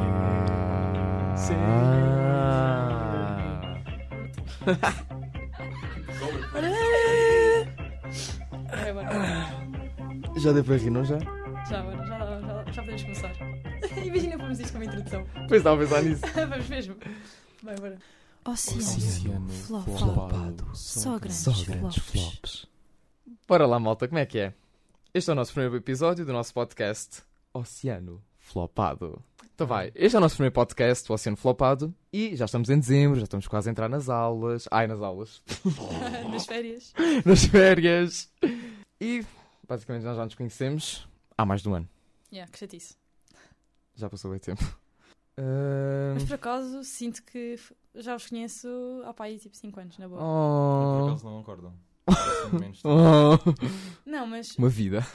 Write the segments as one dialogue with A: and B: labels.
A: Ah.
B: Sim.
A: Ah.
C: Agora, agora.
A: Já deu para aqui, não já?
C: Já, agora, já, já, já podemos começar. Imagina fomos isto como introdução.
A: Pois estava a pensar nisso.
C: Vamos mesmo. Bem, bora.
D: Oh, Oceano. Flopado.
B: flopado,
D: Só grandes,
A: Só grandes
D: flops.
A: flops. Bora lá, malta, como é que é? Este é o nosso primeiro episódio do nosso podcast Oceano Flopado. Então vai, este é o nosso primeiro podcast, o Oceano Flopado, e já estamos em dezembro, já estamos quase a entrar nas aulas. Ai, nas aulas.
C: Nas férias.
A: nas férias. E basicamente nós já nos conhecemos há mais de um ano.
C: Yeah, que chatice.
A: Já passou bem tempo. Ahn,
C: Mas por acaso, sinto que f- já os conheço há pá aí tipo 5 anos, na boa.
A: Oh.
B: Por acaso não acordam. Parece-me menos tempo.
A: Oh.
C: Não, mas
A: Uma vida.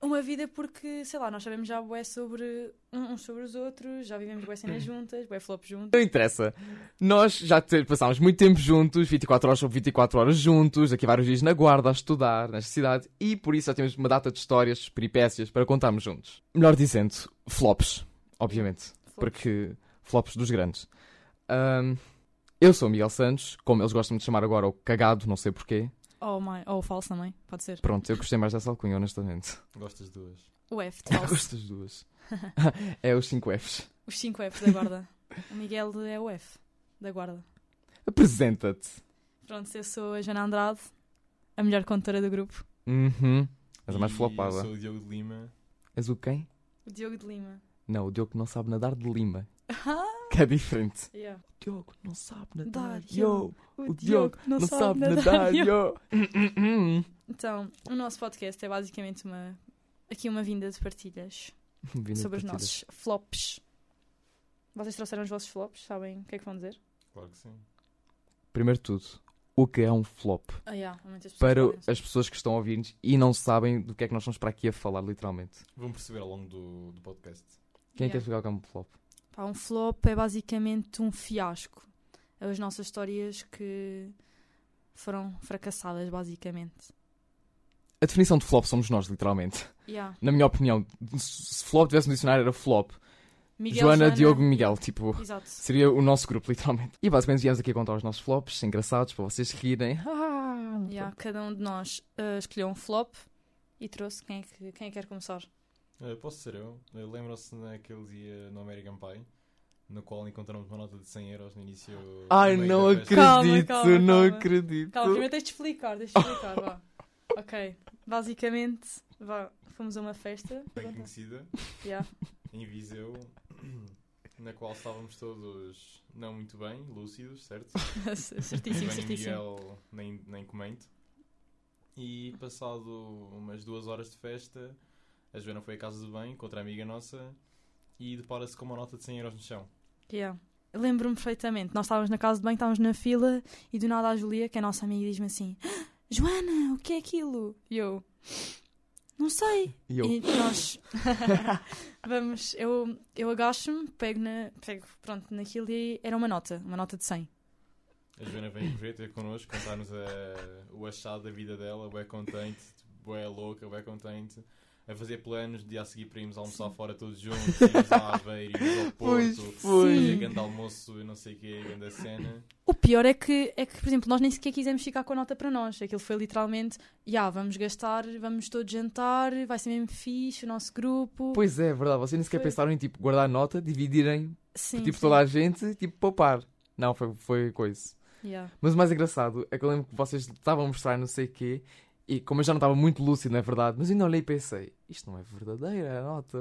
C: uma vida porque, sei lá, nós sabemos já bué sobre um- uns sobre os outros, já vivemos bué cenas juntas, bué flop juntos.
A: Não interessa. Nós já te- passámos muito tempo juntos, 24 horas sobre 24 horas juntos, aqui vários dias na guarda, a estudar, nesta cidade, e por isso já temos uma data de histórias, peripécias para contarmos juntos. Melhor dizendo, flops, obviamente,
C: Flops.
A: porque flops dos grandes. Ahm, eu sou o Miguel Santos, como eles gostam de chamar agora o cagado, não sei porquê.
C: Oh, mãe. Ou oh, falso também, pode ser.
A: Pronto, eu gostei mais dessa alcunha, honestamente.
B: Gosto das duas.
C: O F de falso.
A: Gosto das duas. é os 5 Fs.
C: Os 5 Fs da guarda. O Miguel é o F da guarda.
A: Apresenta-te.
C: Pronto, eu sou a Jana Andrade, a melhor condutora do grupo.
A: Uhum. És a mais
B: E
A: flopada.
B: Eu sou o Diogo de Lima.
A: És o quem?
C: O Diogo de Lima.
A: Não, o Diogo não sabe nadar de Lima.
C: Ah,
A: Que é diferente.
C: yeah.
A: O Diogo não sabe
C: nadar,
A: nadar.
C: yo.
A: Yo,
C: O,
A: o Diogo não, sabe, nadar. yo. Hum,
C: Então, o nosso podcast é basicamente uma aqui uma vinda de partilhas sobre os nossos flops. Vocês trouxeram os vossos flops, sabem o que é que vão dizer?
B: Claro que sim.
A: Primeiro de tudo, o que é um flop?
C: Ah, yeah, há muitas pessoas
A: Para
C: que fazem isso.
A: as pessoas que estão a ouvir-nos e não sabem do que é que nós estamos para aqui a falar, literalmente.
B: Vão perceber ao longo do, do podcast.
A: Quem é que
C: Yeah.
A: quer ficar com um flop?
C: Pá, um flop é basicamente um fiasco. É As nossas histórias que foram fracassadas, basicamente.
A: A definição de flop somos nós, literalmente.
C: Yeah.
A: Na minha opinião, se flop tivesse no dicionário era flop.
C: Miguel,
A: Joana, Diogo, Miguel, tipo.
C: Exato.
A: Seria o nosso grupo, literalmente. E basicamente viemos aqui contar os nossos flops engraçados para vocês rirem. Ah,
C: Yeah, cada um de nós ah, escolheu um flop e trouxe quem é que quem é que quer começar.
B: Eh, posso ser eu? Eh, Lembram-se naquele dia no American Pie? No qual encontramos uma nota de 100 euros no início.
A: Ai,
B: no meio
A: não
B: da festa?
A: acredito,
C: Calma, calma,
A: não
C: calma.
A: acredito.
C: Calma, primeiro tens de explicar, tens de explicar, vá. Ok, basicamente, vá, fomos a uma festa.
B: Bem conhecida.
C: Yeah.
B: em Viseu, na qual estávamos todos não muito bem, lúcidos, certo?
C: certíssimo,
B: Ivan e
C: certíssimo.
B: Miguel nem, nem comento. E passado umas duas horas de festa, a Joana foi à casa do bem com outra amiga nossa e depara-se com uma nota de 100 euros no chão.
C: Yeah. Lembro-me perfeitamente, nós estávamos na casa de banho, estávamos na fila e do nada a Julia, que é a nossa amiga, diz-me assim: "Ah, Joana, o que é aquilo? E eu, não sei.
A: E eu,
C: E nós vamos, eu, eu agacho-me, pego, na, pego pronto, naquilo e era uma nota, uma nota de 100.
B: A Joana veio ver ter connosco, contar-nos a- o achado da vida dela, bué contente, bué louca, bué contente. A fazer planos, dia a seguir para irmos almoçar fora todos juntos, irmos a Aveiro, irmos ao
A: Pois
B: Porto,
A: foi.
B: fazer um
C: Sim.
B: grande almoço e não sei o que, grande cena.
C: O pior é que, é que, por exemplo, nós nem sequer quisemos ficar com a nota para nós. Aquilo foi literalmente, já, vamos gastar, vamos todos jantar, vai ser mesmo fixe o nosso grupo.
A: Pois é, é verdade, vocês nem sequer
C: Foi.
A: pensaram em tipo guardar nota, dividirem
C: sim,
A: tipo
C: sim.
A: toda a gente, tipo poupar. Não, foi, foi coisa.
C: Yeah.
A: Mas o mais engraçado é que eu lembro que vocês estavam a mostrar não sei o quê, e como eu já não estava muito lúcido, na verdade, mas eu ainda olhei e pensei, isto não é verdadeira a nota.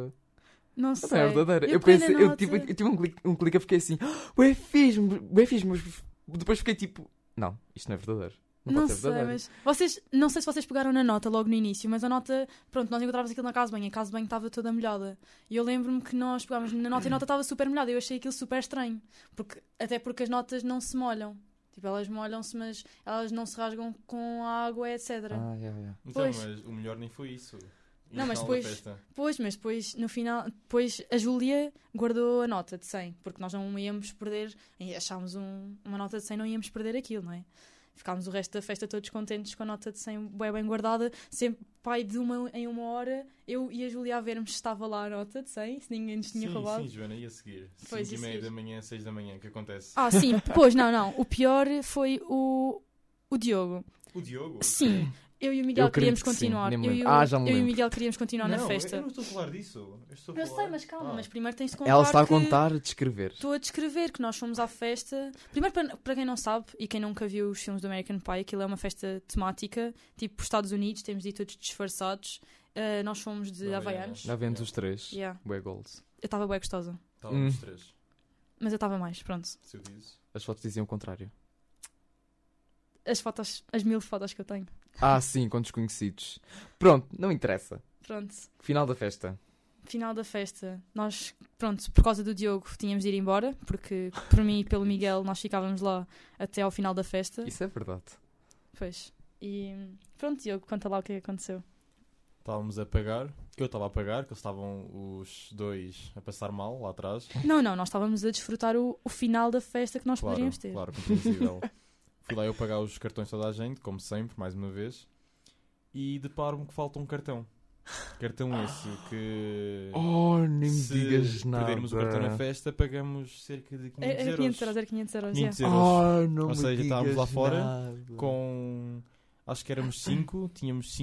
C: Não
A: Não
C: sei.
A: é verdadeira. Eu,
C: peguei na
A: pensei, eu
C: nota.
A: tive, eu tive um clique, um clique, eu fiquei assim, "Ah, ué, fiz, ué, fiz, mas depois fiquei tipo, não, isto não é verdadeiro. Não,
C: Não
A: pode ser
C: sei,
A: verdadeiro.
C: mas vocês, não sei se vocês pegaram na nota logo no início, mas a nota, pronto, nós encontrávamos aquilo na casa de banho, e a casa de banho estava toda molhada. E eu lembro-me que nós pegámos na nota e a nota estava super molhada, eu achei aquilo super estranho, porque, até porque as notas não se molham. Tipo, elas molham-se, mas elas não se rasgam com a água, etc.
A: Ah, yeah, yeah.
B: Então,
C: Pois.
B: mas o melhor nem foi isso. E
C: Não, mas
B: no final da
C: depois-
B: festa?
C: Pois, mas depois, no final, depois a Júlia guardou a nota de 100, porque nós não íamos perder, e achámos um- uma nota de 100, não íamos perder aquilo, não é? Ficámos o resto da festa todos contentes com a nota de 100 bem, bem guardada. Sempre, pai, de uma em uma hora, eu e a Julia a vermos se estava lá a nota de 100, se ninguém nos tinha
B: sim,
C: roubado.
B: Sim, Joana, e a seguir?
C: Pois,
B: 5 e
C: e
B: meia
C: seguir?
B: da manhã, 6 da manhã, o que acontece?
C: Ah, sim, pois, não, não. O pior foi o, o Diogo.
B: O Diogo?
C: Sim, eu e o Miguel
A: Eu acredito
C: queríamos
A: que sim,
C: continuar.
A: nem
C: eu
A: me
C: e o,
A: lembro. Ah, já me
C: eu e o
A: lembro.
C: Miguel queríamos continuar na festa.
B: Eu não estou a falar disso. Eu, estou a
C: Eu
B: falar...
C: sei, mas calma,
B: Ah.
C: mas primeiro tens de contar.
A: Ela está a
C: que-
A: contar, a descrever.
C: Estou a descrever que nós fomos à festa. Primeiro, para, para quem não sabe e quem nunca viu os filmes do American Pie, aquilo é uma festa temática, tipo os Estados Unidos, temos de ir todos disfarçados. Ah, nós fomos de
B: Não,
C: Havaianos.
A: Já vemos
B: Yeah.
A: os três.
C: Yeah.
A: Bué goals.
C: Eu estava bem gostosa,
B: Estávamos os
A: Hum.
B: três,
C: mas eu estava mais, pronto.
B: se eu disse.
A: As fotos diziam o contrário.
C: As fotos, as mil fotos que eu tenho,
A: Ah, sim, com desconhecidos. Pronto, não interessa.
C: pronto.
A: Final da festa.
C: Final da festa, nós, pronto, por causa do Diogo tínhamos de ir embora, porque por mim e pelo Miguel nós ficávamos lá até ao final da festa.
A: Isso é verdade.
C: Pois. E pronto, Diogo, conta lá o que é que aconteceu.
B: Estávamos a pagar, que eu estava a pagar, que eles estavam os dois a passar mal lá atrás.
C: Não, não, nós estávamos a desfrutar o, o final da festa que nós
B: Claro,
C: poderíamos ter.
B: claro, compreensível. Fui lá eu pagar os cartões toda a gente, como sempre, mais uma vez. E deparo-me que falta um cartão. Cartão
C: Ah.
B: esse que...
A: Oh, nem me
B: se
A: digas nada.
B: perdermos o cartão na festa, pagamos cerca de 500
C: Era era 500 É, euros, é. era 500 euros,
B: 500
C: yeah.
B: euros.
A: Oh, não
B: Ou
A: me
B: seja, estávamos
A: digas
B: lá fora
A: nada.
B: com acho que éramos 5, tínhamos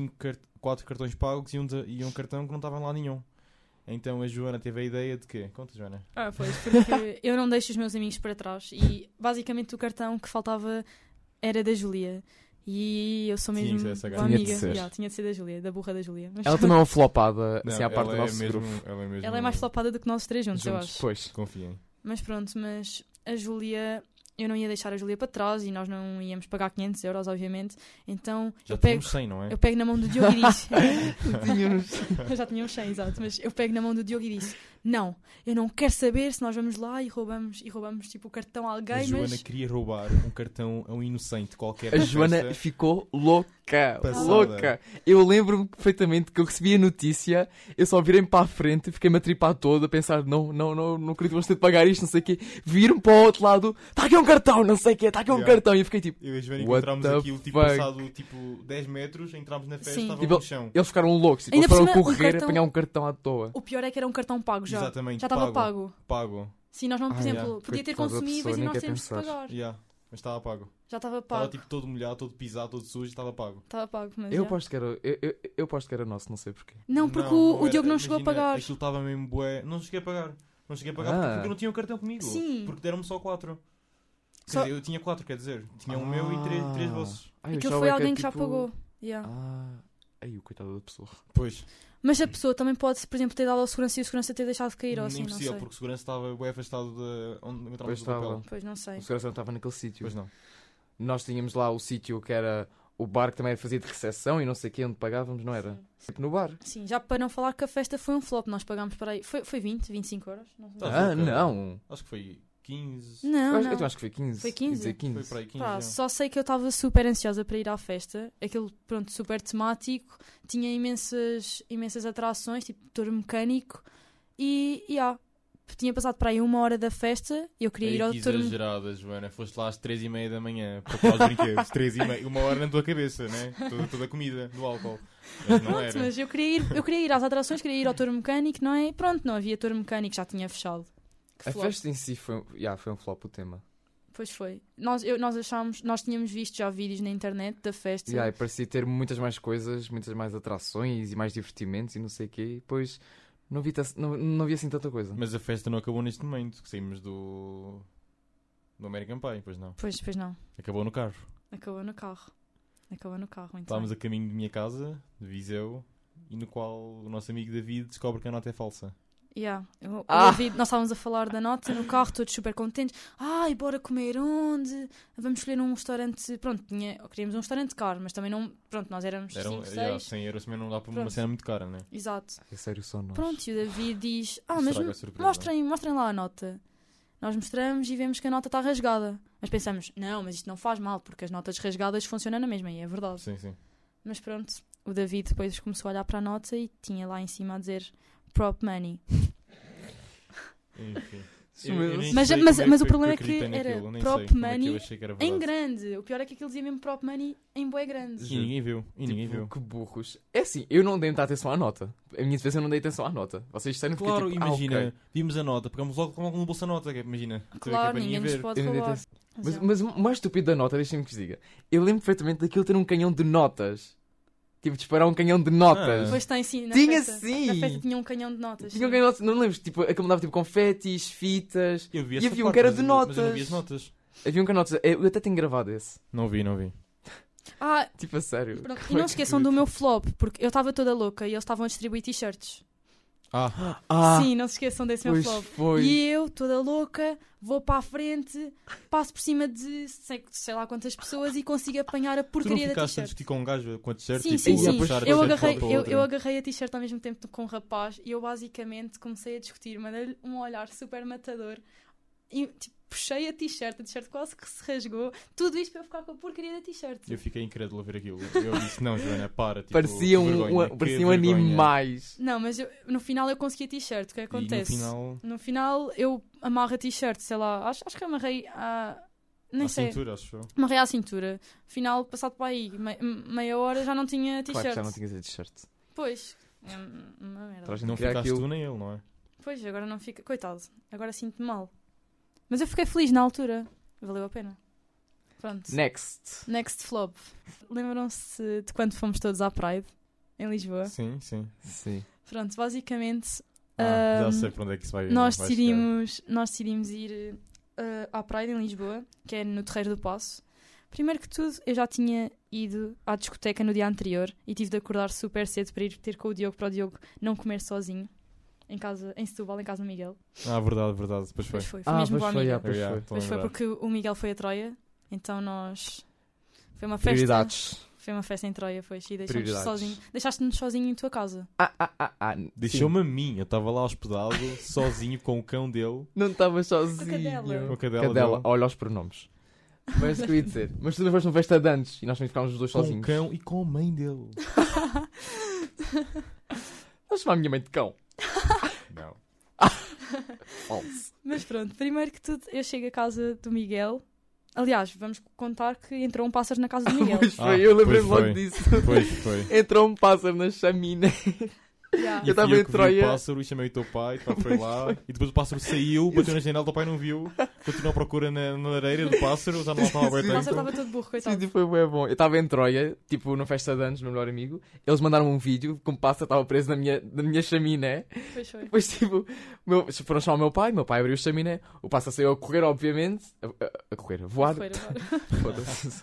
B: 4 cartões pagos e um, de- e um cartão que não estava em lá nenhum. Então a Joana teve a ideia de quê? Conta, Joana.
C: Ah, pois, porque eu não deixo os meus amigos para trás e basicamente o cartão que faltava era da Julia. E eu sou
B: Tinha
C: mesmo
B: que ser essa
C: boa
B: gaja.
A: Tinha de
C: amiga.
A: ser.
C: Yeah, tinha de ser da Julia, da burra da Julia. Mas
A: Ela também é uma flopada, assim, à
B: Não,
A: parte do
B: ela é
A: nosso
B: mesmo-
A: grupo.
B: Ela é, mesmo,
C: ela é mais flopada do que nós os três juntos, eu
A: Juntos.
C: acho.
A: Pois.
B: Confiem.
C: Mas pronto, mas a Júlia, eu não ia deixar a Júlia para trás e nós não íamos pagar 500 euros, obviamente. Então
B: Já
C: eu, pego,
B: tínhamos 100, não é?
C: eu pego na mão do Diogo e disse:
A: Tínhamos-
C: Eu já tinha um uns 100, exato, mas eu pego na mão do Diogo e disse: Não, eu não quero saber se nós vamos lá e roubamos, e roubamos tipo o cartão a
B: a
C: alguém,
B: Joana
C: mas.
B: queria roubar um cartão a um inocente qualquer.
A: A
B: na
A: Joana
B: festa.
A: ficou louca,
B: Passada.
A: louca. Eu lembro-me perfeitamente que eu recebi a notícia, eu só virei para a frente, fiquei-me a tripar todo, a pensar, não, não, não, não acredito, vamos ter de pagar isto, não sei o quê. Viram para o outro lado, está aqui um cartão, não sei o quê, está aqui um
B: Yeah.
A: cartão. E eu fiquei tipo,
B: Eu e a Joana
A: What
B: encontramos
A: the
B: aquilo, tipo,
A: fuck?
B: passado tipo 10 metros, entramos na festa,
C: Sim.
B: estava
A: Tipo,
B: no chão.
A: eles ficaram loucos, tipo, eles
C: Ainda por
A: foram
C: cima, um
A: correr,
C: cartão-
A: apanhar um cartão à toa.
C: O pior é que era um cartão pago já.
B: Exatamente,
C: já estava
B: pago.
C: pago.
B: Pago.
C: Sim, nós não, por
A: Ah,
C: exemplo,
A: yeah.
C: podia ter
A: Coitada da
C: consumíveis
A: pessoa,
C: e
A: nem
C: nós
A: quer
C: temos de
A: pensar.
C: pagar.
B: Yeah. Mas estava pago.
C: Já estava
B: Estava
C: pago.
B: tipo todo molhado, todo pisado, todo sujo, estava pago.
C: Estava pago, mas.
A: Eu
C: já.
A: aposto que era, eu, eu, eu aposto que era nosso, não sei porquê.
C: Não, porque
B: Não,
C: o,
B: não
C: o
B: era.
C: Diogo não chegou a
B: Imagina,
C: pagar.
B: Aquilo estava mesmo bué. Não cheguei a pagar. Não cheguei a pagar
A: Ah.
B: porque- porque eu não tinha o cartão comigo.
C: Sim.
B: Porque deram-me só quatro. Quer
C: Só-
B: dizer, eu tinha quatro, quer dizer. Tinha um meu e três, três vossos.
A: Ai, eu
C: Aquilo
A: achava
C: foi
A: era,
C: alguém que já
A: tipo,
C: pagou. Yeah.
A: Ah, aí o coitado da pessoa.
B: Pois.
C: Mas a pessoa também pode, por exemplo, ter dado ao segurança e o segurança ter deixado cair ou assim, não sei.
B: Impossível, porque o segurança estava bué afastado de onde
A: Pois
B: entramos no
A: estava.
B: papel.
C: Pois não sei.
A: O segurança não estava naquele sítio.
B: Pois não.
A: Nós tínhamos lá o sítio que era o bar que também fazia de recepção e não sei o que, onde pagávamos, não era?
C: Sim.
A: Tipo no bar.
C: Sim, já para não falar que a festa foi um flop, nós pagámos para aí. Foi, foi 20, 25 euros? Não, sei.
B: Tá.
A: Ah,
B: louca.
A: não.
B: Acho que foi 15.
C: não.
A: eu,
C: não.
A: acho- eu acho que foi 15.
C: Foi 15?
A: Ia dizer
B: Foi
A: 15.
B: para aí 15.
C: Pá,
B: já.
C: só sei que eu estava super ansiosa para ir à festa. Aquilo, pronto, super temático. Tinha imensas, imensas atrações, tipo touro mecânico. E, e ah, tinha passado para aí uma hora da festa. Eu queria
B: Ei,
C: ir ao
B: que
C: touro mecânico.
B: exagerada, Joana. Foste lá às 3 e meia da manhã para comprar os brinquedos. 3 e meia. Uma hora na tua cabeça, né? Toda, toda a comida, do álcool. Mas não
C: Pronto,
B: era.
C: mas eu queria, ir, eu queria ir às atrações, queria ir ao touro mecânico, não é? Pronto, não havia touro mecânico, já tinha fechado. Que
A: A
C: flop.
A: festa em si foi, um- yeah, foi um flop o tema.
C: Pois foi. Nós, eu, nós achámos, nós tínhamos visto já vídeos na internet da festa.
A: Yeah, e parecia ter muitas mais coisas, muitas mais atrações e mais divertimentos e não sei o quê. E depois não vi, tas- não, não vi assim tanta coisa.
B: Mas a festa não acabou neste momento, que saímos do. do American Pie, pois não.
C: Pois, pois não.
B: Acabou no carro.
C: Acabou no carro. Acabou no carro, então.
B: Estávamos a caminho de minha casa, de Viseu, e no qual o nosso amigo David descobre que a nota é falsa.
C: Yeah. Eu- eu
A: Ah!
C: ouvi- nós estávamos a falar da nota no carro, todos super contentes. Ai, bora comer onde? Vamos escolher um restaurante. Pronto, tinha, queríamos um restaurante caro, mas também não. Pronto, nós éramos 5,
B: Eram
C: 6.
B: já, 100 é, euros também não dá para uma
C: Pronto.
B: cena muito cara, né?
C: Exato.
A: É sério, só nós.
C: Pronto, e o David diz: Ah, mas
B: Estraga a surpresa.
C: mostrem, mostrem lá a nota. Nós mostramos e vemos que a nota está rasgada. Mas pensamos: Não, mas isto não faz mal, porque as notas rasgadas funcionam na mesma, e é verdade.
B: Sim, sim.
C: Mas pronto, o David depois começou a olhar para a nota e tinha lá em cima a dizer prop money.
B: Enfim. Eu- eu nem
C: Mas-
B: sei
C: mas-
B: como
C: mas o
B: eu
C: problema é
B: acreditei
C: que era
B: naquilo, nem
C: prop
B: sei como é que eu
C: money
B: achei que era
C: Em
B: verdade.
C: grande. O pior é que aquilo dizia mesmo prop money em boé grande.
B: E ninguém viu. E ninguém
A: Tipo,
B: viu.
A: que burros. É assim, eu não dei muita atenção à nota. A minha defesa eu não dei atenção à nota. Vocês disseram que fiquei
B: Claro,
A: tipo, ah,
B: imagina,
A: ok.
B: vimos a nota, pegamos logo com no bolso a nota, que é- imagina. Sabe, que é
C: Claro,
B: para
C: ninguém nos
B: ver.
C: pode
A: Eu não dei
C: roubar.
A: atenção. Mas, mas o mais estúpido da nota, deixem-me que vos diga. Eu lembro perfeitamente daquilo ter um canhão de notas. Tipo, disparar um canhão de
B: Ah.
A: notas.
C: Pois tem sim. Na
A: Tinha
C: festa.
A: sim!
C: Na festa tinha um canhão de notas.
A: Tinha um
C: sim.
A: canhão de notas, não lembro, tipo, aquele dava tipo confetis, fitas.
B: Eu vi
A: E
B: essa
A: havia um
B: parte,
A: que era
B: mas
A: de
B: eu não- Mas eu não vi
A: notas.
B: as notas.
A: Havia um canhão de notas. Eu até tenho gravado esse.
B: Não vi, não vi.
C: Ah,
A: Tipo, a sério.
C: pronto. E
A: Como é
C: não
A: que
C: esqueçam do meu flop, porque eu estava toda louca e eles estavam a distribuir t-shirts.
B: Ah,
A: Ah,
C: Sim, não se esqueçam desse meu
A: pois
C: flop.
A: foi.
C: E eu, toda louca, vou para a frente, passo por cima de sei, sei lá quantas pessoas e consigo apanhar a
B: tu não
C: porcaria da
B: ficaste a
C: t-shirt.
B: discutir com um gajo com a t-shirt?
C: Sim,
B: tipo,
C: sim,
A: ia
C: sim.
B: puxar a
C: Eu
B: t-shirt
C: agarrei,
B: de uma para
C: eu,
B: outra?
C: eu agarrei a t-shirt ao mesmo tempo com o rapaz e eu basicamente comecei a discutir, mandei-lhe um olhar super matador e tipo, puxei a t-shirt, a t-shirt quase que se rasgou. Tudo isto para eu ficar com a porcaria da t-shirt.
B: Eu fiquei incrédulo a ver aquilo. Eu disse, não, Joana, para. Tipo,
A: pareciam
B: que
A: um,
B: vergonha, que
A: um, pareciam
B: vergonha.
A: animais.
C: Não, mas eu- no final eu consegui a t-shirt, o que
B: E no
C: acontece?
B: final,
C: No final eu amarro a t-shirt, sei lá, acho, acho que amarrei a. Nem
B: à
C: sei.
B: cintura, acho eu.
C: Amarrei à cintura. Afinal, passado para aí me- meia hora já não tinha t-shirt.
A: Claro que já não tinhas a t-shirt.
C: Pois. É uma merda.
A: Traz-
B: Não
A: Criar
B: ficaste
A: aquilo.
B: tu nem ele, não é?
C: Pois, agora não fica. Coitado, agora sinto-me mal. Mas eu fiquei feliz na altura. Valeu a pena. Pronto.
A: Next.
C: Next flop. Lembram-se de quando fomos todos à Pride? Em Lisboa?
B: Sim, sim.
A: Sim.
C: Pronto, basicamente
B: Ah,
C: Ahm,
B: já sei para onde é que isso vai
C: hum, nós
B: vai
C: decidimos, nós decidimos ir eh, à Pride em Lisboa, que é no Terreiro do Passo. Primeiro que tudo, eu já tinha ido à discoteca no dia anterior e tive de acordar super cedo para ir ter com o Diogo para o Diogo não comer sozinho em casa, em Setúbal, em casa do Miguel.
B: chegar. Ah, verdade, verdade. Depois foi.
C: Depois foi, foi
A: Ah,
C: mesmo
A: pois
C: para o
A: foi,
C: Miguel.
A: já, pois
B: Eu, já,
A: foi.
B: tô a
C: Pois foi
B: lembrar.
C: porque o Miguel foi a Troia, então nós foi uma festa.
A: Prioridades.
C: Foi uma festa em Troia, foi e deixaste-nos
A: Prioridades.
C: sozinho, deixaste-nos sozinho em tua casa.
A: Ah, ah, ah, ah. sim.
B: Deixou-me a mim. Eu estava lá hospedado, sozinho, com o cão dele.
A: Não estava sozinho.
C: cadela.
B: Com a cadela,
A: Cadela,
B: dele,
A: olha os pronomes. Mas o que eu ia dizer? Mas tu não foste uma festa de antes e nós também ficámos os dois
B: com o
A: sozinhos.
B: cão e com a mãe dele.
A: Vou chamar a minha mãe de cão.
B: Não.
A: Falso.
C: Mas pronto, primeiro que tudo, eu chego à casa do Miguel. Aliás, vamos contar que entrou um pássaro na casa do Miguel.
A: Pois
B: Ah,
A: foi, eu lembrei-me
B: pois
A: logo
B: foi.
A: disso.
B: Pois foi.
A: Entrou um pássaro na chaminé.
C: Yeah.
B: E
A: Eu tava
B: fui
A: em
B: que vi
A: Troia.
B: o pássaro e chamei o teu pai, o teu pai foi lá. E depois o pássaro saiu, bateu na janela, o teu pai não viu. Continuou a procura na, na areia do pássaro, já não lá estava bem
C: O
A: então
C: pássaro
B: tempo.
C: estava todo burro,
A: Sim,
C: coitado.
A: tipo, foi bué bom. Eu estava em Troia, tipo, na festa de anos, meu melhor amigo. Eles mandaram um vídeo com um pássaro estava preso na minha, na minha chaminé.
C: Pois foi.
A: Depois, tipo, o meu, foram chamar o meu pai, meu pai abriu o chaminé. O pássaro saiu a correr, obviamente. A, a- a correr, a voar.
C: Correr agora.
A: Foda-se.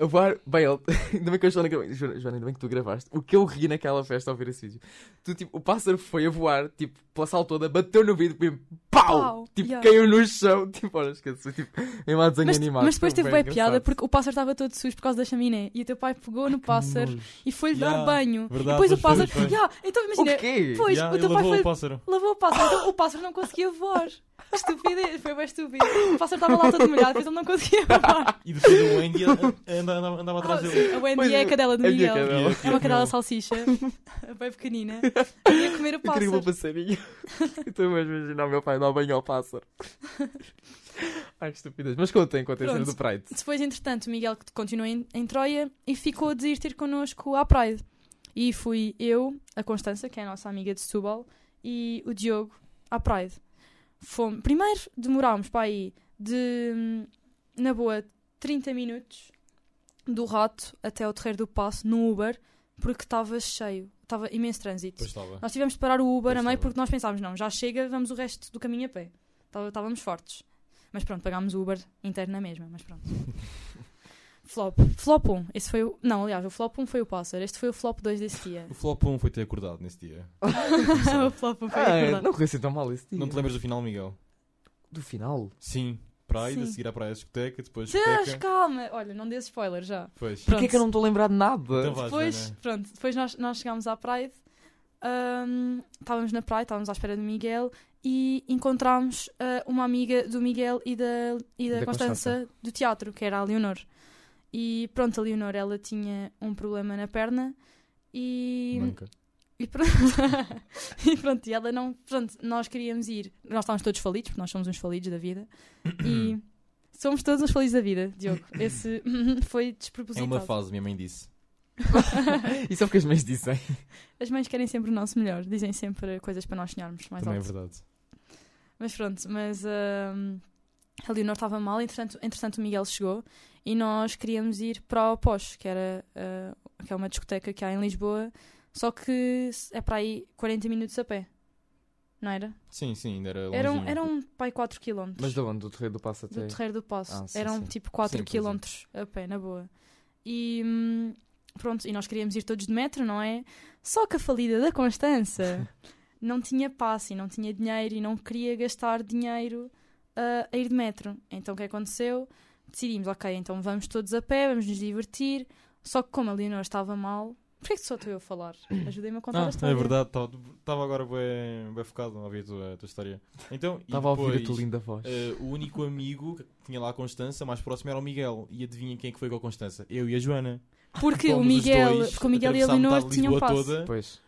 A: A voar. Bem, ele... ainda bem que eu estou na cabeça. Joana, Joana, ainda bem que tu gravaste. O que eu ri naquela festa ao ver esse vídeo. Tu, tipo, o pássaro foi a voar, tipo, pela sala toda, bateu no vidro, depois, pau!
C: Pau,
A: Tipo,
C: yeah.
A: caiu no chão. Tipo, olha, esquece. Tipo, em lá desenho
C: Mas,
A: animado.
C: mas depois
A: Foi
C: teve
A: bué
C: bem piada
A: tipo, engraçado.
C: porque o pássaro estava todo sujo por causa da chaminé. E o teu pai pegou no pássaro e foi-lhe
B: Yeah,
C: dar banho.
B: verdade,
C: e depois o
B: pois foi,
C: pássaro.
B: pois foi.
C: Yeah, então imagina.
A: O quê?
C: Pois,
B: Já,
C: o teu
B: ele
C: pai
B: levou
C: foi.
B: o pássaro.
C: Lavou o pássaro, então o pássaro não conseguia voar. Que Estupidez, foi bem estúpido. O pássaro estava lá todo molhado, depois ele não conseguia voar.
B: E depois o Andy andava, andava, andava atrás
C: Ah,
B: dele.
C: sim, a Wendy
A: Pois
C: é
A: é,
C: a cadela do
A: é a minha
C: Miguel.
A: cadela.
C: É uma cadela salsicha, bem pequenina. Ia comer o
A: Incrível
C: pássaro.
A: passarinho. Estou mesmo a imaginar o meu pai dar banho ao pássaro. Ai, que estupidez. Mas contem, contem a cena do
C: Pronto.
A: Pride.
C: Depois, entretanto, o Miguel continuou em, em Troia e ficou de ir ter connosco à Pride. E fui eu, a Constança, que é a nossa amiga de Setúbal, e o Diogo à Pride. Fomos, primeiro demorámos para aí de, hum, na boa, 30 minutos do rato até ao Terreiro do Passo, no Uber, porque estava cheio, estava imenso trânsito.
B: Pois estava.
C: Nós tivemos de parar o Uber
B: Pois
C: a meio
B: tá bem.
C: porque nós pensámos, não, já chega, vamos o resto do caminho a pé. Tá- Estávamos fortes. Mas pronto, pagámos o Uber interno na mesma, mas pronto. flop. Flop 1. Esse foi o... Não, aliás, o flop 1 foi o pássaro. Este foi o flop 2 desse dia.
B: O flop 1 foi ter acordado nesse dia.
C: o flop 1 foi
A: Ah,
C: verdade.
A: não conheci tão mal esse dia.
B: Não te lembras do final, Miguel?
A: Do final?
B: Sim. Praia, a
C: Sim.
B: seguir à praia a discoteca, depois
C: Deus,
B: discoteca.
C: calma! Olha, não dês spoiler já.
B: Pois.
C: Pronto.
A: Porquê que eu não estou a lembrar de nada?
B: Então vá,
C: Depois,
B: Joana.
C: pronto, depois nós, nós chegámos à Pride, ahm, estávamos na Pride, estávamos à espera do Miguel e encontrámos ah, uma amiga do Miguel e da, e da,
A: Da
C: Constança,
A: Constança.
C: do teatro, que era a Leonor. E pronto, a Leonor, ela tinha um problema na perna e...
B: Manca.
C: E pronto, e pronto, e ela não. Pronto, nós queríamos ir. Nós estávamos todos falidos, porque nós somos uns falidos da vida. E somos todos uns falidos da vida, Diogo. Esse foi
B: É
C: despropositado.
B: uma fase, minha mãe disse.
A: Isso é porque as mães dizem.
C: As mães querem sempre o nosso melhor, dizem sempre coisas para nós sonharmos mais
B: Também é
C: alto.
B: verdade. mas
C: Mas pronto, mas hum, a Leonor estava mal, entretanto, entretanto o Miguel chegou e nós queríamos ir para o Posh, que, era, ah, que é uma discoteca que há em Lisboa, só que é para aí 40 minutos a pé. Não era? um,
B: Sim, sim, ainda era longe.
C: Eram, eram para aí 4 km
A: Mas de onde? Do terreiro do passo até.
C: do Terreiro do Poço.
A: Ah, sim,
C: Eram
A: sim.
C: tipo
B: Sim,
C: 4
B: pois é.
C: km a pé, na boa. E hum, pronto, e nós queríamos ir todos de metro, não é? Só que a falida da Constança não tinha passe e não tinha dinheiro e não queria gastar dinheiro ah, a ir de metro. Então o que aconteceu? Decidimos, ok, então vamos todos a pé, vamos nos divertir. Só que como a Leonor estava mal, porquê que só estou eu a falar? Ajudei-me a contar a
B: Ah,
C: história.
B: é verdade, estava agora bem, bem focado a ouvir a tua, a tua história. Então, e
A: Estava a ouvir a
B: depois,
A: tua linda voz.
B: eh, o único amigo que tinha lá a Constança, mais próximo era o Miguel. E adivinha quem é que foi com a Constança? Eu e a Joana.
C: Porque o
B: Fomos os
C: Miguel,
B: dois
C: porque o Miguel e a
B: atravessar metade
C: Leonor
B: de
C: tinham
B: Lisboa
C: passe.
B: toda.
A: Pois.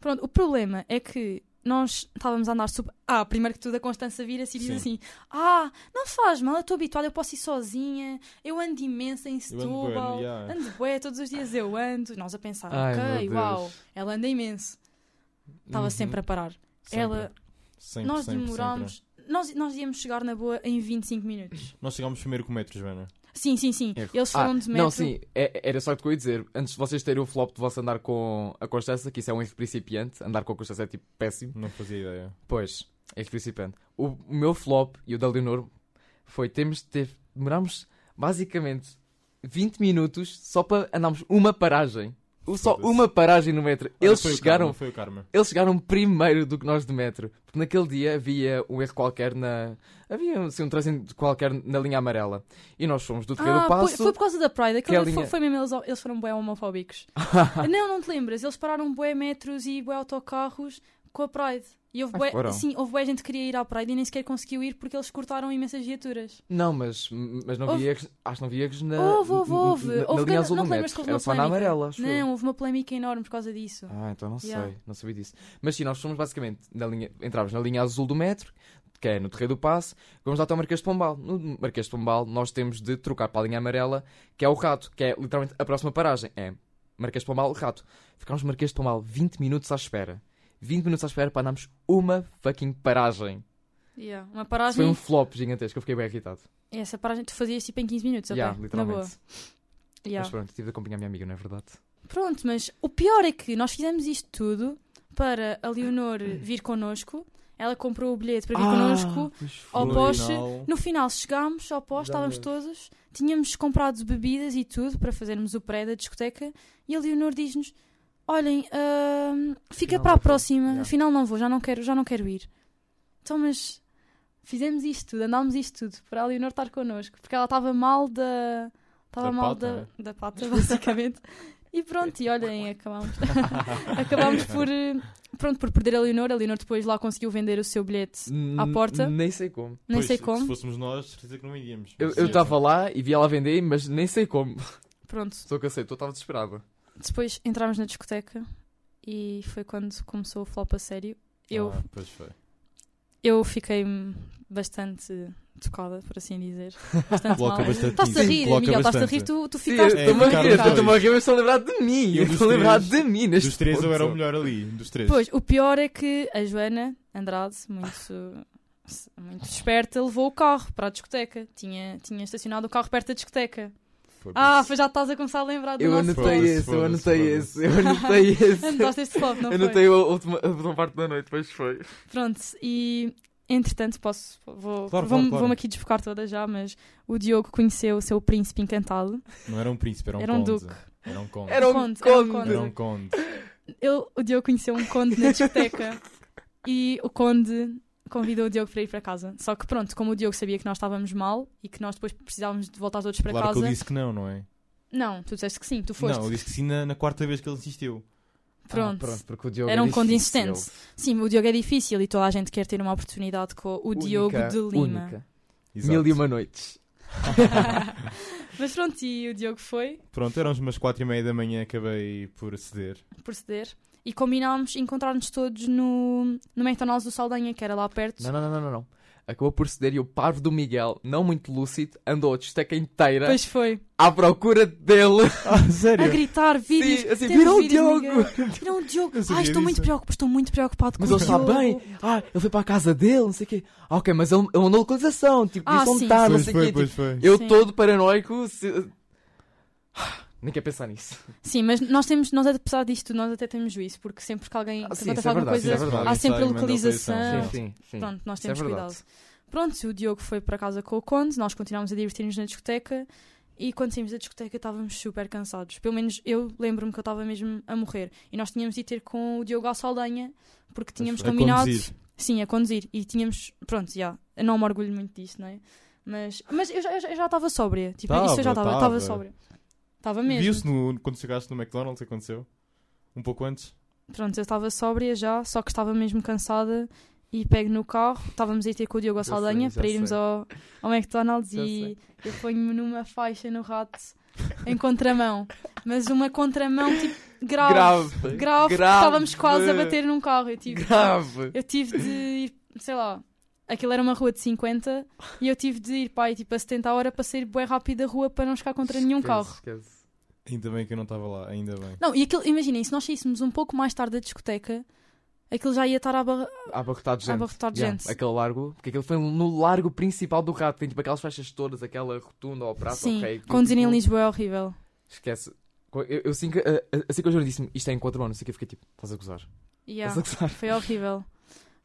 C: Pronto, o problema é que nós estávamos a andar super. Ah, primeiro que tudo, a Constança vira-se e diz
B: Sim.
C: assim: Ah, não faz mal, eu estou habituada, eu posso ir sozinha, eu ando imenso em
B: Eu ando bem,
C: Setúbal,
B: yeah.
C: ando bué, todos os dias eu ando. Nós a pensar:
A: Ai, meu
C: Ah, Ok,
A: Deus.
C: uau, ela anda imenso. Estava
A: Uhum.
C: sempre a parar.
B: Sempre,
C: ela,
B: sempre,
C: nós
B: sempre, sempre.
C: demorámos. Nós, nós íamos chegar na boa em 25 minutos.
B: Nós chegámos primeiro com o metro, Joana.
C: Sim, sim, sim.
B: Erro.
C: Eles foram
A: Ah,
C: de um metro.
A: Não, sim, é- era só o que eu ia dizer. Antes de vocês terem o flop de vosso andar com a Constança, que isso é um erro principiante, andar com a Constança é tipo péssimo.
B: Não fazia ideia.
A: Pois, é erro principiante. O, o meu flop e o da Leonor foi temos de ter. Demorámos basicamente 20 minutos só para andarmos uma paragem. O- Só
B: Foda-se.
A: uma paragem no metro.
B: Olha,
A: Eles
B: foi o
A: chegaram
B: Karma, Foi o Karma.
A: eles chegaram primeiro do que nós de metro. Porque naquele dia havia um erro qualquer na. Havia assim, um trânsito qualquer na linha amarela. E nós fomos do Terreiro
C: Ah,
A: do
C: foi-
A: Passo.
C: foi por causa da Pride.
A: Que é a
C: Aquele,
A: linha-
C: foi, foi mesmo, eles, eles foram bué homofóbicos. não, não te lembras? Eles pararam bué metros e bué autocarros com a Pride. E houve
A: Ah,
C: bué,
A: foram?
C: sim, houve bué gente que queria ir à Pride e nem sequer conseguiu ir porque eles cortaram imensas viaturas.
A: Não, mas, mas não
C: Houve-
A: havia erros. Acho que não havia erros na.
C: houve, houve,
A: na-
C: houve.
A: Na, na
C: houve
A: linha
C: grande-
A: azul
C: não
A: do
C: te lembras
A: metro.
C: que houve
A: Era
C: uma
A: só na
C: polémica?
A: amarela, acho eu.
C: Não, houve uma polémica enorme por causa disso.
A: Ah, então não
C: Yeah.
A: sei, não sabia disso. Mas sim, nós fomos basicamente na linha, entramos na linha azul do metro, que é no Terreiro do Passo, vamos lá até o Marquês de Pombal. No Marquês de Pombal nós temos de trocar para a linha amarela, que é o rato, que é literalmente a próxima paragem. É Marquês de Pombal, rato. Ficámos no Marquês de Pombal 20 minutos à espera. 20 minutos à espera para andarmos uma fucking paragem.
C: Yeah,
A: Isso
C: Uma
A: Foi
C: paragem.
A: um flop gigantesco, eu fiquei bem irritado.
C: Essa paragem tu fazias tipo em 15 minutos. a
A: Yeah,
C: pé, na boa.
A: literalmente.
C: Yeah.
A: Mas pronto, tive de acompanhar a minha amiga, não é verdade?
C: Pronto, mas o pior é que nós fizemos isto tudo para a Leonor
A: Hum.
C: vir connosco. Ela comprou o bilhete para vir
A: Ah.
C: connosco. Ao
B: No
C: Porsche,
B: final,
C: No final chegámos ao posto,
A: Já
C: estávamos
A: vês.
C: todos, tínhamos comprado bebidas e tudo para fazermos o pré da discoteca e a Leonor diz-nos: Olhem, ahm, fica
A: Afinal
C: para
A: não
C: a
A: vou."
C: próxima,
A: Yeah.
C: afinal não vou, já não quero, já não quero ir. Então, mas fizemos isto tudo, andámos isto tudo para a Leonor estar connosco, porque ela estava mal da. Estava
B: Da
C: mal
B: pata,
C: da,
B: né?
C: da pata, basicamente. E pronto, e olhem, acabámos. acabámos por, eh, pronto, por perder a Leonor. A Leonor depois lá conseguiu vender o seu bilhete, à
A: N-
C: porta.
A: Nem sei como.
C: nem
B: pois,
C: sei
B: Se
C: como.
B: fôssemos nós, certeza que não iríamos.
A: Eu
B: Mas
A: eu
B: sim,
A: estava lá e vi ela vender, mas nem sei como.
C: Pronto,
A: Só que eu sei, eu estava desesperado.
C: Depois entrámos na discoteca e foi quando começou o flop a sério. Eu,
B: Ah, pois foi.
C: eu fiquei bastante tocada, por assim dizer. Bastante mal.
B: Coloca bastante
C: Estás a
B: isso.
C: rir,
B: Coloca
C: Miguel, estás a
B: bastante.
C: rir, tu, tu
A: Sim,
C: ficaste.
B: É,
A: eu estou-me a
B: ficaram
A: rir,
B: dois.
A: estou-me a rir, mas estão a lembrar de mim.
B: Eu
A: Eu
B: um dos
A: estou a lembrar
B: três-
A: de mim neste
B: Dos três eu
A: ponto.
B: era o melhor ali. Dos três.
C: Pois, o pior é que a Joana Andrade, muito, muito esperta, levou o carro para a discoteca. Tinha, tinha estacionado o carro perto da discoteca.
B: Foi
C: Ah,
B: por
C: foi, já estás a começar a lembrar do
A: Eu
C: nosso
A: anotei
C: flop.
A: esse, eu
B: Foda-se, foda-se,
A: anotei esse,
B: foda-se.
A: eu anotei esse.
C: Anotaste esse flop, não
A: Eu
C: foi?
A: anotei a última, a última parte da noite, pois foi.
C: Pronto, e entretanto posso. Vou,
B: Claro,
C: vou,
B: claro, claro.
C: me aqui desfocar toda já, mas o Diogo conheceu o seu príncipe encantado.
B: isso. Não era um príncipe, era um
C: Era um
B: conde.
C: duque.
B: Era um conde.
A: Era um
C: Conde, era um
A: conde.
C: conde.
B: Era um conde.
C: Ele, o Diogo conheceu um conde na discoteca e o conde convidou o Diogo para ir para casa. Só que pronto, como o Diogo sabia que nós estávamos mal e que nós depois precisávamos de voltar todos para
B: Claro que
C: casa.
B: ele disse que não, não é?
C: Não, tu disseste que sim, tu foste.
B: Não, ele disse que sim na, na quarta vez que ele insistiu.
C: Pronto.
A: Ah, porque o Diogo
C: Era
A: é
C: um conde
A: difícil.
C: insistente. Sim, o Diogo é difícil e toda a gente quer ter uma oportunidade com o Diogo
A: Única,
C: de Lima.
A: única.
B: Exato.
A: Mil e uma noites.
C: Mas pronto, e o Diogo foi,
B: Pronto, eram umas 4 e meia da manhã, acabei por ceder.
C: proceder. E combinámos encontrar-nos todos no, no McDonald's do Saldanha, que era lá perto.
A: Não, não, não, não, não, não. Acabou por ceder e o parvo do Miguel, não muito lúcido, andou a desteca inteira
C: Pois foi.
A: à procura dele.
B: Ah,
C: A
B: sério?
C: gritar vídeos.
A: Sim, assim,
C: temos
A: viram o
C: vídeos,
A: Diogo?
C: Miguel. Viram o Diogo.
B: Eu sabia
C: Ai, estou muito
B: disso.
C: preocupado, estou muito preocupado com
A: Mas
C: o
A: ele está
C: Diogo.
A: bem. Ah, ele foi para a casa dele, não sei o quê. Ah, ok, mas ele, ele mandou localização, tipo,
C: Ah,
A: disse onde
C: sim.
A: está, não
B: Pois
A: sei o quê.
B: foi,
A: tipo,
B: pois foi.
A: Eu
C: Sim.
A: todo paranoico. se- Nem quero pensar nisso.
C: Sim, mas nós temos, nós apesar disto, tudo, nós até temos juízo, porque sempre que alguém
A: Ah, sim, isso
C: acontece
A: é
C: alguma
A: verdade,
C: coisa,
A: isso é verdade.
C: há sempre
B: Manda
C: localização.
B: autorização.
C: Sim,
A: sim, sim.
C: Ah. pronto, nós
A: Isso é
C: temos
A: verdade.
C: cuidado. Pronto, o Diogo foi para casa com o Conde, nós continuámos a divertir-nos na discoteca e quando saímos da discoteca estávamos super cansados. Pelo menos eu lembro-me que eu estava mesmo a morrer. E nós tínhamos de ir ter com o Diogo à Saldanha porque tínhamos
B: A
C: combinado.
B: conduzir.
C: Sim, a conduzir. E tínhamos. Pronto, já. Eu não me orgulho muito disso, não é? Mas, mas eu já eu já- eu já estava sóbria. Tipo, isso eu já
B: Tava,
C: estava.
B: tava.
C: Estava sóbria. Estava mesmo.
B: Viu-se no- quando chegaste no McDonald's, aconteceu? Um pouco antes?
C: Pronto, eu estava sóbria já, só que estava mesmo cansada e pego no carro. Estávamos a ir ter com o Diogo à
A: Já sei,
C: Saldanha
A: já
C: para irmos
A: sei.
C: ao, ao McDonald's
A: Já
C: e eu ponho-me numa faixa no rato em contramão. Mas uma contramão tipo grave.
A: Grave.
C: grave, porque Estávamos quase a bater num carro. Eu tive,
A: Grave.
C: eu tive de ir, sei lá, aquilo era uma rua de 50 e eu tive de ir pá, aí, tipo a 70 a hora para sair bem rápido da rua para não chegar contra nenhum carro.
A: Esquece.
B: Ainda bem que eu não estava lá, ainda bem.
C: Não, e aquilo, imaginem, se nós saíssemos um pouco mais tarde da discoteca, aquilo já ia estar à barra.
A: A abarrotar de gente.
C: A abarrotar de
A: Yeah,
C: gente.
A: Aquele largo. Porque aquele foi no largo principal do rato. Tem tipo aquelas faixas todas, aquela rotunda ao prato.
C: Sim,
A: ok, que,
C: conduzir em
A: tipo,
C: Lisboa é horrível.
A: Esquece. Co- Eu, eu assim que a- a- assim que o Júlio disse-me isto é em contramão, não sei o que, eu fiquei tipo, estás a gozar.
C: Yeah,
A: Estás a gozar.
C: foi horrível.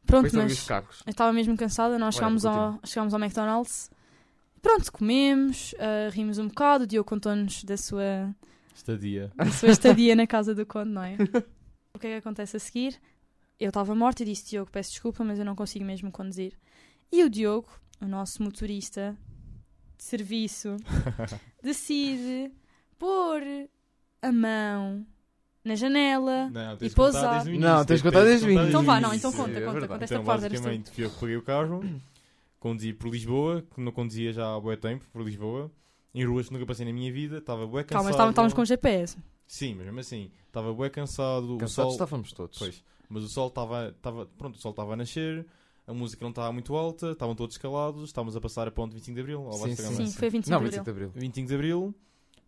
C: Pronto,
A: Depois também vi os
C: mas
A: carros.
C: eu estava mesmo cansada. Nós
A: Olha,
C: chegámos ao, chegámos ao McDonald's. Pronto, comemos, ah, rimos um bocado. O Diogo contou-nos da sua,
B: Estadia.
C: da sua estadia na casa do Conde, não é? O que é que acontece a seguir? Eu estava morta e disse: Diogo, peço desculpa, mas eu não consigo mesmo conduzir. E o Diogo, o nosso motorista de serviço, decide pôr a mão na janela.
B: Não,
C: E pousar.
A: Não, tens de contar desde o início.
C: Então vá, não,
A: Isso,
C: então conta,
A: é
C: conta,
A: verdade.
C: conta esta
B: Então,
C: parte. eras tu.
B: basicamente, fui eu que peguei o carro, conduzi por Lisboa, que não conduzia já há bué tempo, por Lisboa, em ruas que nunca passei na minha vida, estava bué cansado.
C: Calma, estávamos estávamos com GPS.
B: Sim, mas mesmo assim, estava bué cansado, o sol...
A: Cansados estávamos todos.
B: Pois, mas o sol estava, estava, pronto, o sol estava a nascer, a música não estava muito alta, estavam todos calados, estávamos a passar a ponte 25 de Abril, ao
A: Sim,
B: Vasco da
A: sim.
B: Gama.
C: Sim, foi a 25
A: Não,
C: de
A: 25
B: então,
C: abril.
A: de Abril.
B: 25 de Abril,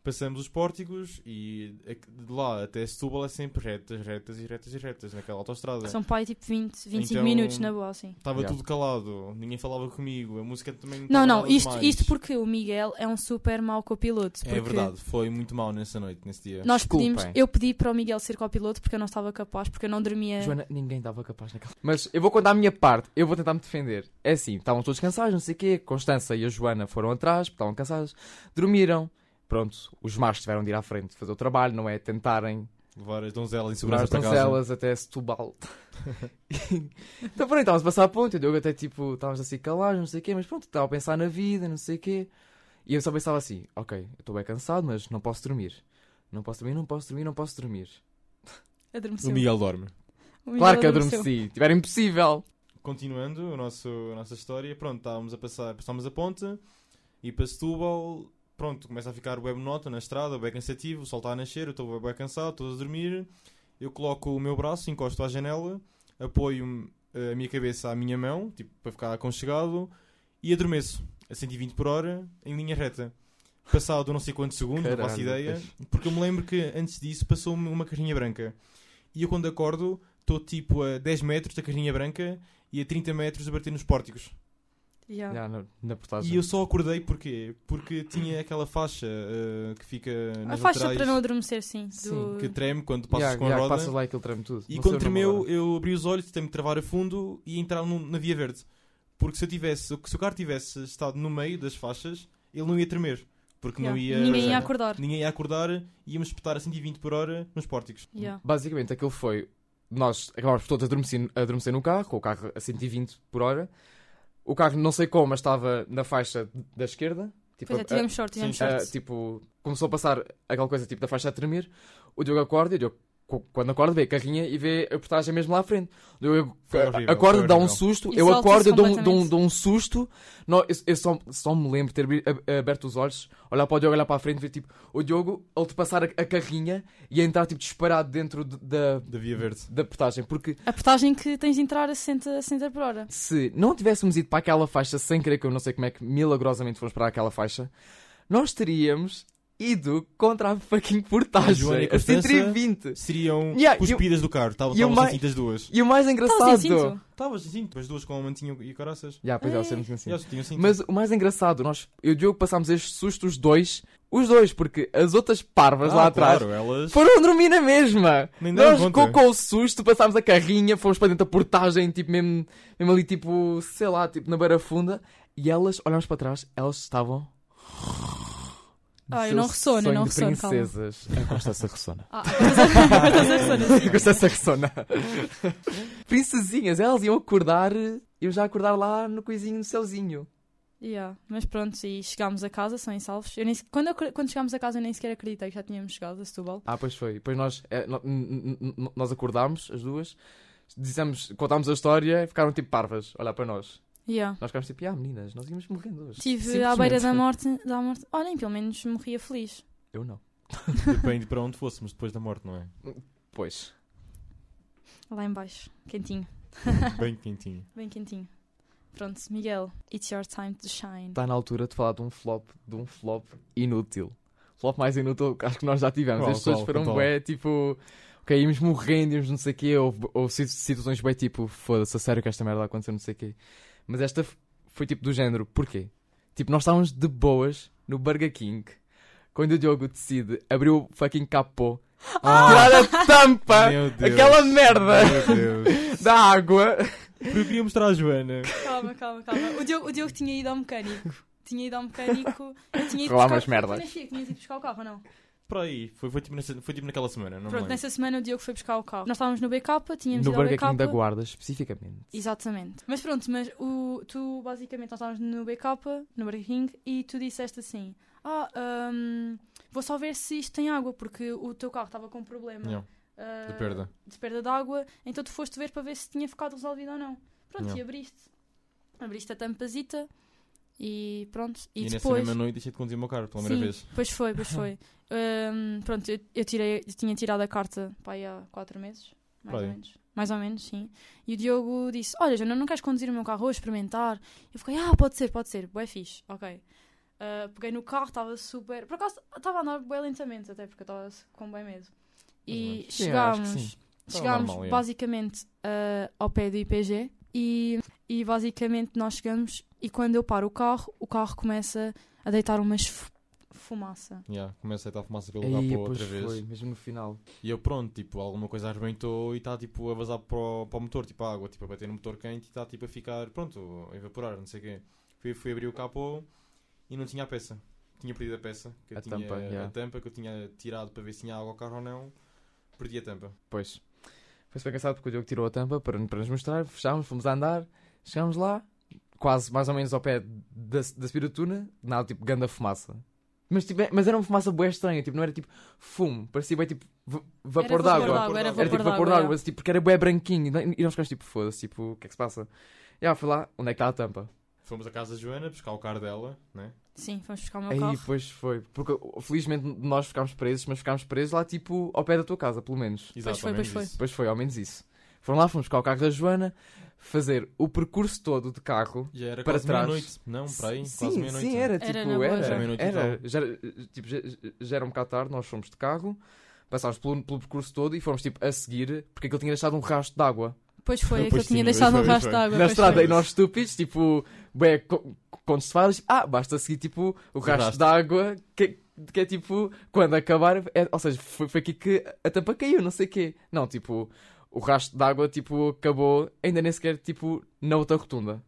B: passamos os pórticos e ac- de lá até Setúbal é sempre retas, retas e retas e retas naquela autostrada.
C: São pai tipo 20, 25
B: Então-
C: minutos na boa, assim.
B: Estava
A: Yeah.
B: tudo calado, ninguém falava comigo, a música também
C: Não,
B: estava
C: não,
B: nada
C: isto,
B: demais.
C: isto porque o Miguel é um super mau copiloto.
B: É
C: porque
B: verdade, foi muito mal nessa noite, nesse dia.
C: Nós
A: Desculpem.
C: pedimos, eu pedi para o Miguel ser copiloto porque eu não estava capaz, porque eu não dormia.
A: Joana, ninguém estava capaz naquela. Mas eu vou contar a minha parte, eu vou tentar me defender. É assim, estavam todos cansados, não sei o quê. Constança e a Joana foram atrás, porque estavam cansadas, dormiram. Pronto, os machos tiveram de ir à frente fazer o trabalho, não é? Tentarem
B: Levar as donzelas em
A: segurar
B: segurança
A: as
B: para casa.
A: donzelas até Setúbal. então, pronto, estávamos a passar a ponte. O Diogo até tipo, estávamos assim calados, não sei o quê, mas pronto, estava a pensar na vida, não sei o quê. E eu só pensava assim: ok, eu estou bem cansado, mas não posso dormir. Não posso dormir, não posso dormir, não posso dormir.
C: Adormeceu.
B: O Miguel dorme.
C: O Miguel
A: Claro que
C: adormeceu.
A: adormeci, Tipo, era impossível.
B: Continuando a, nosso, a nossa história, pronto, estávamos a passar, passámos a ponte e para Setúbal, pronto, começa a ficar web nota na estrada, bem cansativo, o sol está a nascer, eu estou bem cansado, estou a dormir. Eu coloco o meu braço, encosto à janela, apoio eh, a minha cabeça à minha mão, tipo, para ficar aconchegado, e adormeço a 120 por hora, em linha reta. Passado não sei quantos segundos, não faço
A: Caralho,
B: ideia,
A: pois.
B: porque eu me lembro que antes disso passou-me uma carrinha branca. E eu quando acordo, estou tipo a 10 metros da carrinha branca e a 30 metros a bater nos pórticos.
C: Yeah.
A: Já, na, na portagem.
B: E eu só acordei porquê? Porque tinha aquela faixa eh, que fica
C: A
B: nas
C: faixa
B: laterais,
C: Ah, para não adormecer, sim. do-
A: Sim,
B: que treme quando passas
A: Yeah,
B: com a
A: yeah,
B: roda.
A: passas lá e aquilo treme tudo.
B: E
A: Não sei
B: quando
A: o nome
B: tremeu,
A: agora.
B: eu abri os olhos, tentei-me travar a fundo e entrar num- na via verde. Porque se eu tivesse, se o carro tivesse estado no meio das faixas, ele não ia tremer. Porque
C: Yeah.
B: não ia.
C: Ninguém ia acordar.
B: Ninguém ia acordar, ia-me espetar a 120 por hora nos pórticos.
C: Yeah.
A: Basicamente, aquilo foi. Nós acabámos por todos a adormecer, a adormecer no carro, com o carro a 120 por hora. O carro, não sei como, mas estava na faixa da esquerda. Tipo,
C: Pois é,
A: a-
C: tivemos sorte, tivemos
B: sim,
A: Ah, a-
C: sorte.
A: tipo, começou a passar aquela coisa tipo da faixa a tremer. O Diogo acorda e o Diogo co- quando acordo, vê a carrinha e vê a portagem mesmo lá à frente. Eu, eu
B: Foi horrível,
A: acordo,
B: foi
A: dá um
B: horrível.
A: susto,
C: E
A: eu
C: solta-se
A: acordo, dou um, dou, um,
C: completamente.
A: dou um susto. Não, eu eu só, só me lembro de ter abri- ab- aberto os olhos, olhar para o Diogo, olhar para a frente, ver tipo, o Diogo a ultrapassar a, a carrinha e a entrar tipo disparado dentro de- da,
B: Devia ver-te.
A: da portagem. Porque
C: A portagem que tens de entrar a 60, a 60 por hora.
A: se não tivéssemos ido para aquela faixa sem querer, que eu não sei como é que milagrosamente fomos para aquela faixa, nós teríamos ido contra a fucking portagem.
B: A Joana e
A: a
B: Constança-
A: 120
B: Seriam
A: Yeah, e o-
B: cuspidas do carro. Estavam
A: e o
B: estavam
A: mais-
B: assim das duas.
A: E o mais engraçado.
C: Estavas em cinto?
B: Estavas assim, depois duas com a mantinha e caraças.
A: Já, pois é,
C: Ah,
A: o sermos assim.
B: Já se tinham assim.
A: Mas o mais engraçado, nós, eu e o Diogo passámos este susto os dois, os dois, porque as outras parvas lá atrás
B: Ah, Claro, elas.
A: foram dormir na mesma.
B: Nem deram
A: nós com,
B: conta.
A: com o susto passámos a carrinha, fomos para dentro da portagem, tipo mesmo, mesmo ali, tipo, sei lá, tipo na beira funda, e elas, olhámos para trás, elas estavam.
C: Ah, eu
A: Seu
C: não ressono, eu
A: sonho
C: não
A: de
C: ressono, calma.
A: princesas. Eu gosto dessa ressona.
C: Ah, estás a ressona, é, sim.
A: Eu gosto dessa ressona. Princesinhas, elas iam acordar, eu já acordar lá no coisinho, no céuzinho.
C: Yeah, Mas pronto, e chegámos a casa, são em salvos. Eu nem se- quando, eu acre- quando chegámos a casa, eu nem sequer acreditei que já tínhamos chegado a Setúbal.
A: Ah, pois foi. Depois nós, eh, no- n- n- n- nós acordámos, as duas, dissemos, contámos a história e ficaram tipo parvas, a olhar para nós.
C: Yeah.
A: Nós ficámos tipo, ah, meninas, nós íamos morrendo hoje.
C: Estive à
A: Simplesmente.
C: beira da morte, da morte. Olhem, pelo menos morria feliz.
A: Eu não.
B: Depende para onde fôssemos depois da morte, não é?
A: Pois.
C: Lá em baixo, quentinho,
B: Bem quentinho.
C: bem quentinho. Pronto, Miguel, it's your time to shine.
A: Está na altura de falar de um flop, de um flop inútil. Flop mais inútil que acho que nós já tivemos.
B: Qual,
A: As pessoas
B: qual,
A: foram
B: qual?
A: bué, tipo... Ok, íamos morrendo, íamos não sei o quê, houve, houve situ- situações bem tipo, foda-se, a sério que esta merda aconteceu, não sei o quê. Mas esta f- foi tipo do género, porquê? Tipo, nós estávamos de boas no Burger King, quando o Diogo decide abrir o fucking capô,
B: Ah!
A: tirar a tampa,
B: Meu Deus.
A: aquela merda
B: Meu Deus.
A: da água.
B: Eu queria mostrar à Joana.
C: Calma, calma, calma. O Diogo, o Diogo tinha ido ao mecânico. Tinha ido ao mecânico. Eu tinha ido
A: Lá
C: buscar-
A: umas merdas.
C: Foi na FIA que tinhas ido buscar o carro, ou não?
B: Para aí. Foi, foi, tipo, nessa- foi tipo naquela semana, não me
C: Pronto,
B: lembro.
C: nessa semana o Diogo foi buscar o carro. Nós estávamos no BK, tínhamos
A: No
C: ido ao
A: Burger King da
C: BK.
A: Guarda, especificamente.
C: Exatamente. Mas pronto, mas o, tu basicamente nós estávamos no BK, no Burger King, e tu disseste assim: Ah, hum, vou só ver se isto tem água, porque o teu carro estava com problema
B: Yeah,
C: ah,
B: de perda.
C: de perda de água, então tu foste ver para ver se tinha ficado resolvido ou não. Pronto,
B: Yeah.
C: e abriste. Abriste a tampazita e pronto.
B: E,
C: E,
B: nessa
C: depois.
B: mesma noite deixei de conduzir o meu carro pela primeira
C: Sim,
B: vez.
C: Pois foi, pois foi. Hum, pronto, eu, eu tirei, eu tinha tirado a carta pá, aí há quatro meses, mais
B: Para aí.
C: ou menos. Mais ou menos, sim. E o Diogo disse: Olha, Jana, não queres conduzir o meu carro hoje, experimentar? Eu fiquei: Ah, pode ser, pode ser, bué fixe, ok. Ah, peguei no carro, estava super. Por acaso, estava a andar bué lentamente, até porque eu estava com bem medo. E
A: Sim, acho que
C: chegámos,
A: sim.
B: Estava
C: chegámos
B: normal, é.
C: basicamente ah, ao pé do IPG e, e basicamente nós chegamos. E quando eu paro o carro, o carro começa a deitar umas fu- fumaça.
B: Yeah, comecei a dar fumaça pelo
A: Aí,
B: capô
A: pois
B: outra vez.
A: foi, mesmo no final.
B: E eu pronto, tipo, alguma coisa arrebentou e está tipo a vazar para o, para o motor, tipo a água, tipo a bater no motor quente e está tipo a ficar, pronto, a evaporar, não sei o quê. Fui, fui abrir o capô e não tinha a peça. Tinha perdido a peça, que eu
A: A
B: tinha
A: tampa, yeah.
B: a tampa que eu tinha tirado para ver se tinha água ao carro ou não. Perdi a tampa.
A: Pois. Foi super cansado porque o Diogo tirou a tampa para, para nos mostrar. Fechámos, fomos a andar. Chegámos lá, quase mais ou menos ao pé da, da espiratuna. Nada, tipo, ganda fumaça. Mas, tipo, é- mas era uma fumaça bué estranha. Tipo, não era tipo fumo. Parecia bem tipo va- vapor d'água.
C: Era
A: Era tipo
C: vapor
A: vapor
C: d'água.
A: d'água. mas, Tipo, porque era bué branquinho. E nós ficámos tipo, foda-se, tipo, o que é que se passa? E ah, fui lá, onde é que está a tampa?
B: Fomos à casa da Joana buscar o carro dela, né?
C: Sim, fomos buscar o meu
A: Aí
C: carro.
A: depois foi. Porque felizmente nós ficámos presos, mas ficámos presos lá tipo ao pé da tua casa, pelo menos.
B: Exato,
C: foi,
B: ao menos
C: pois foi.
B: isso.
A: Depois foi ao menos isso. Foram lá, fomos buscar o carro da Joana, fazer o percurso todo de carro.
B: Já era
A: Para
B: quase
A: trás.
B: meia-noite. Não, para aí, quase
A: sim,
B: meia-noite. né?
A: sim, era
C: Era
A: tipo,
C: na boa.
A: era.
C: Já
A: era,
B: era meia-noite
A: já, tipo, já, já era um bocado tarde, nós fomos de carro, passámos pelo, pelo percurso todo e fomos tipo a seguir, porque aquilo tinha deixado um rastro de água
C: Pois foi, é que eu
B: Pois
C: tinha
B: sim,
C: deixado
B: pois
C: um
B: foi,
C: rastro de
B: pois
C: água.
A: na
C: pois
A: estrada.
C: foi.
A: E nós estúpidos, tipo, bem, quando se faz, ah, basta seguir tipo o rastro
B: rastro.
A: de água, que, que é tipo, quando acabar, é- ou seja, foi, foi aqui que a tampa caiu, não sei o quê. Não, tipo, o rastro de água, tipo, acabou, ainda nem sequer, tipo, na outra rotunda.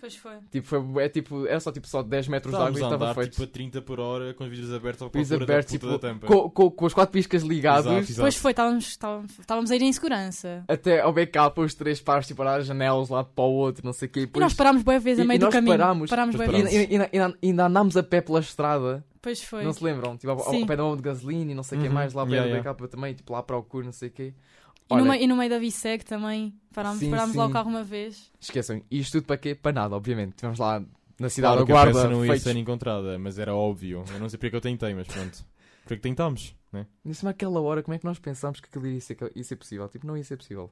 C: Pois foi.
A: Tipo, foi, é tipo, era só tipo só 10 metros de água
B: Estávamos
A: e
B: a
A: estava
B: andar
A: feito.
B: tipo a 30 por hora com os vidros abertos ao
A: Piso
B: procura
A: aberto,
B: da puta
A: tipo,
B: da tampa.
A: com, com, com as quatro piscas ligadas.
B: Exato, exato.
C: Pois foi, estávamos, estávamos, estávamos a ir em segurança.
A: Até ao backup, os três pares, tipo, olhar as janelas lá para o outro, não sei o quê. e
C: E
A: depois-
C: nós parámos boa vez a
A: E-
C: meio
A: e
C: do
A: nós
C: caminho.
A: parámos.
C: parámos
B: Pois
C: boa
A: E
C: vez.
A: ainda- ainda- ainda- ainda andámos a pé pela estrada
C: Pois foi.
A: Não se lembram? Tipo, ao, ao
C: Sim.
A: pé da bomba de gasolina e não sei o que
B: Uhum.
A: mais, lá ao pé
B: Yeah,
A: da
B: yeah.
A: capa também, tipo, lá para o cu, não sei o quê.
C: E, é- no
A: Olha.
C: meio, e no meio da Viseg também. Parámos,
A: Sim,
C: parámos lá o
A: sim.
C: carro uma vez.
A: Esqueçam, e isto tudo para quê? Para nada, obviamente. Tivemos lá na cidade
B: Claro
A: da
B: que a peça
A: Guarda,
B: não ia
A: feitos.
B: ser encontrada, mas era óbvio. Eu não sei porque é que eu tentei, mas pronto. Porque tentámos, né?
A: Nesse naquela hora, como é que nós pensámos que aquilo ia ser, ia ser possível? Tipo, não ia ser possível.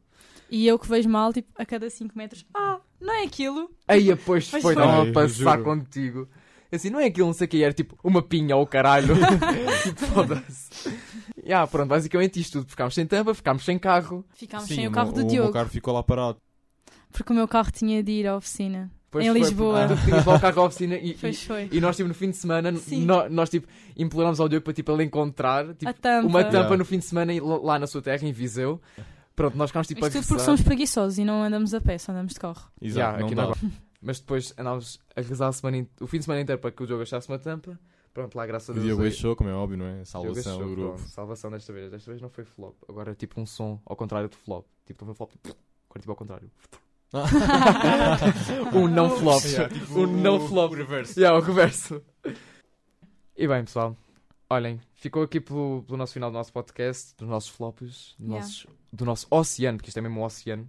C: E eu que vejo mal, tipo, a cada 5 metros. Ah, não é aquilo.
A: Aí, pois
C: Pois
A: foi,
C: foi.
A: não
B: Ai,
A: a passar
B: juro.
A: contigo. Assim, não é aquilo, não sei o que, era tipo uma pinha ou caralho. Tipo, Foda-se. Yeah, pronto, basicamente isto tudo. Ficámos sem tampa, ficámos sem carro.
C: Ficámos
B: Sim,
C: sem o
B: meu-
C: carro do
B: o
C: Diogo.
B: meu carro ficou lá parado.
C: Porque o meu carro tinha de ir à oficina.
A: Depois
C: Em
A: foi-
C: Lisboa.
A: Tu tinhas lá o carro à oficina e, e,
C: Pois foi.
A: e nós, tipo, no fim de semana,
C: Sim.
A: no- nós, tipo, implorámos ao Diogo para, tipo, ele encontrar tipo,
C: a tampa.
A: uma tampa
B: Yeah.
A: no fim de semana e lá lá na sua terra, em Viseu. Pronto, nós ficámos, tipo, a
C: Isto tudo porque
A: regressar.
C: somos preguiçosos e não andamos a pé, só andamos de carro.
B: Exato,
A: Yeah,
B: não
A: aqui
B: dá.
A: na Mas depois andávamos a rezar a semana in- o fim de semana inteiro para que o Diogo achasse uma tampa. Pronto, lá, graças a
B: O
A: Deus.
B: Diogo
A: aí-
B: achou, como é óbvio, não é?
A: Diogo
B: Salvação
A: achou,
B: do grupo.
A: pronto, salvação desta vez. Desta vez não foi flop. Agora é tipo um som ao contrário do flop. Tipo, não foi flop. Agora tipo ao contrário.
C: Tá.
A: um não flop.
B: Yeah, tipo
A: um não flop.
B: O reverso.
A: Yeah, o reverso. E bem, pessoal. Olhem, ficou aqui pelo, pelo nosso final do nosso podcast, dos nossos flops, do,
C: Yeah.
A: nossos- do nosso oceano, porque isto é mesmo um oceano.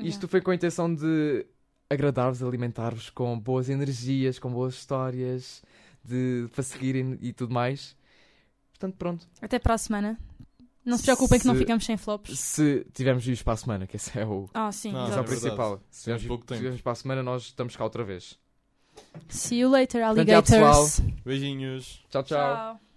A: Isto
C: Yeah.
A: foi com a intenção de agradar-vos, alimentar-vos com boas energias, com boas histórias, de para seguirem e tudo mais. Portanto, pronto.
C: Até para a semana. Não se preocupem que não
A: Se-
C: ficamos sem flops.
A: Se tivermos views para a semana, que esse é o,
C: Ah, sim,
B: Não,
A: esse é o
B: exato.
C: exato.
A: principal.
B: Temos
A: Se tivermos,
B: pouco
A: se
B: tempo.
A: tivermos para a semana, nós estamos cá outra vez.
C: See you later,
A: Portanto, é, pessoal.
C: alligators.
B: Beijinhos.
A: tchau. tchau.
C: Tchau.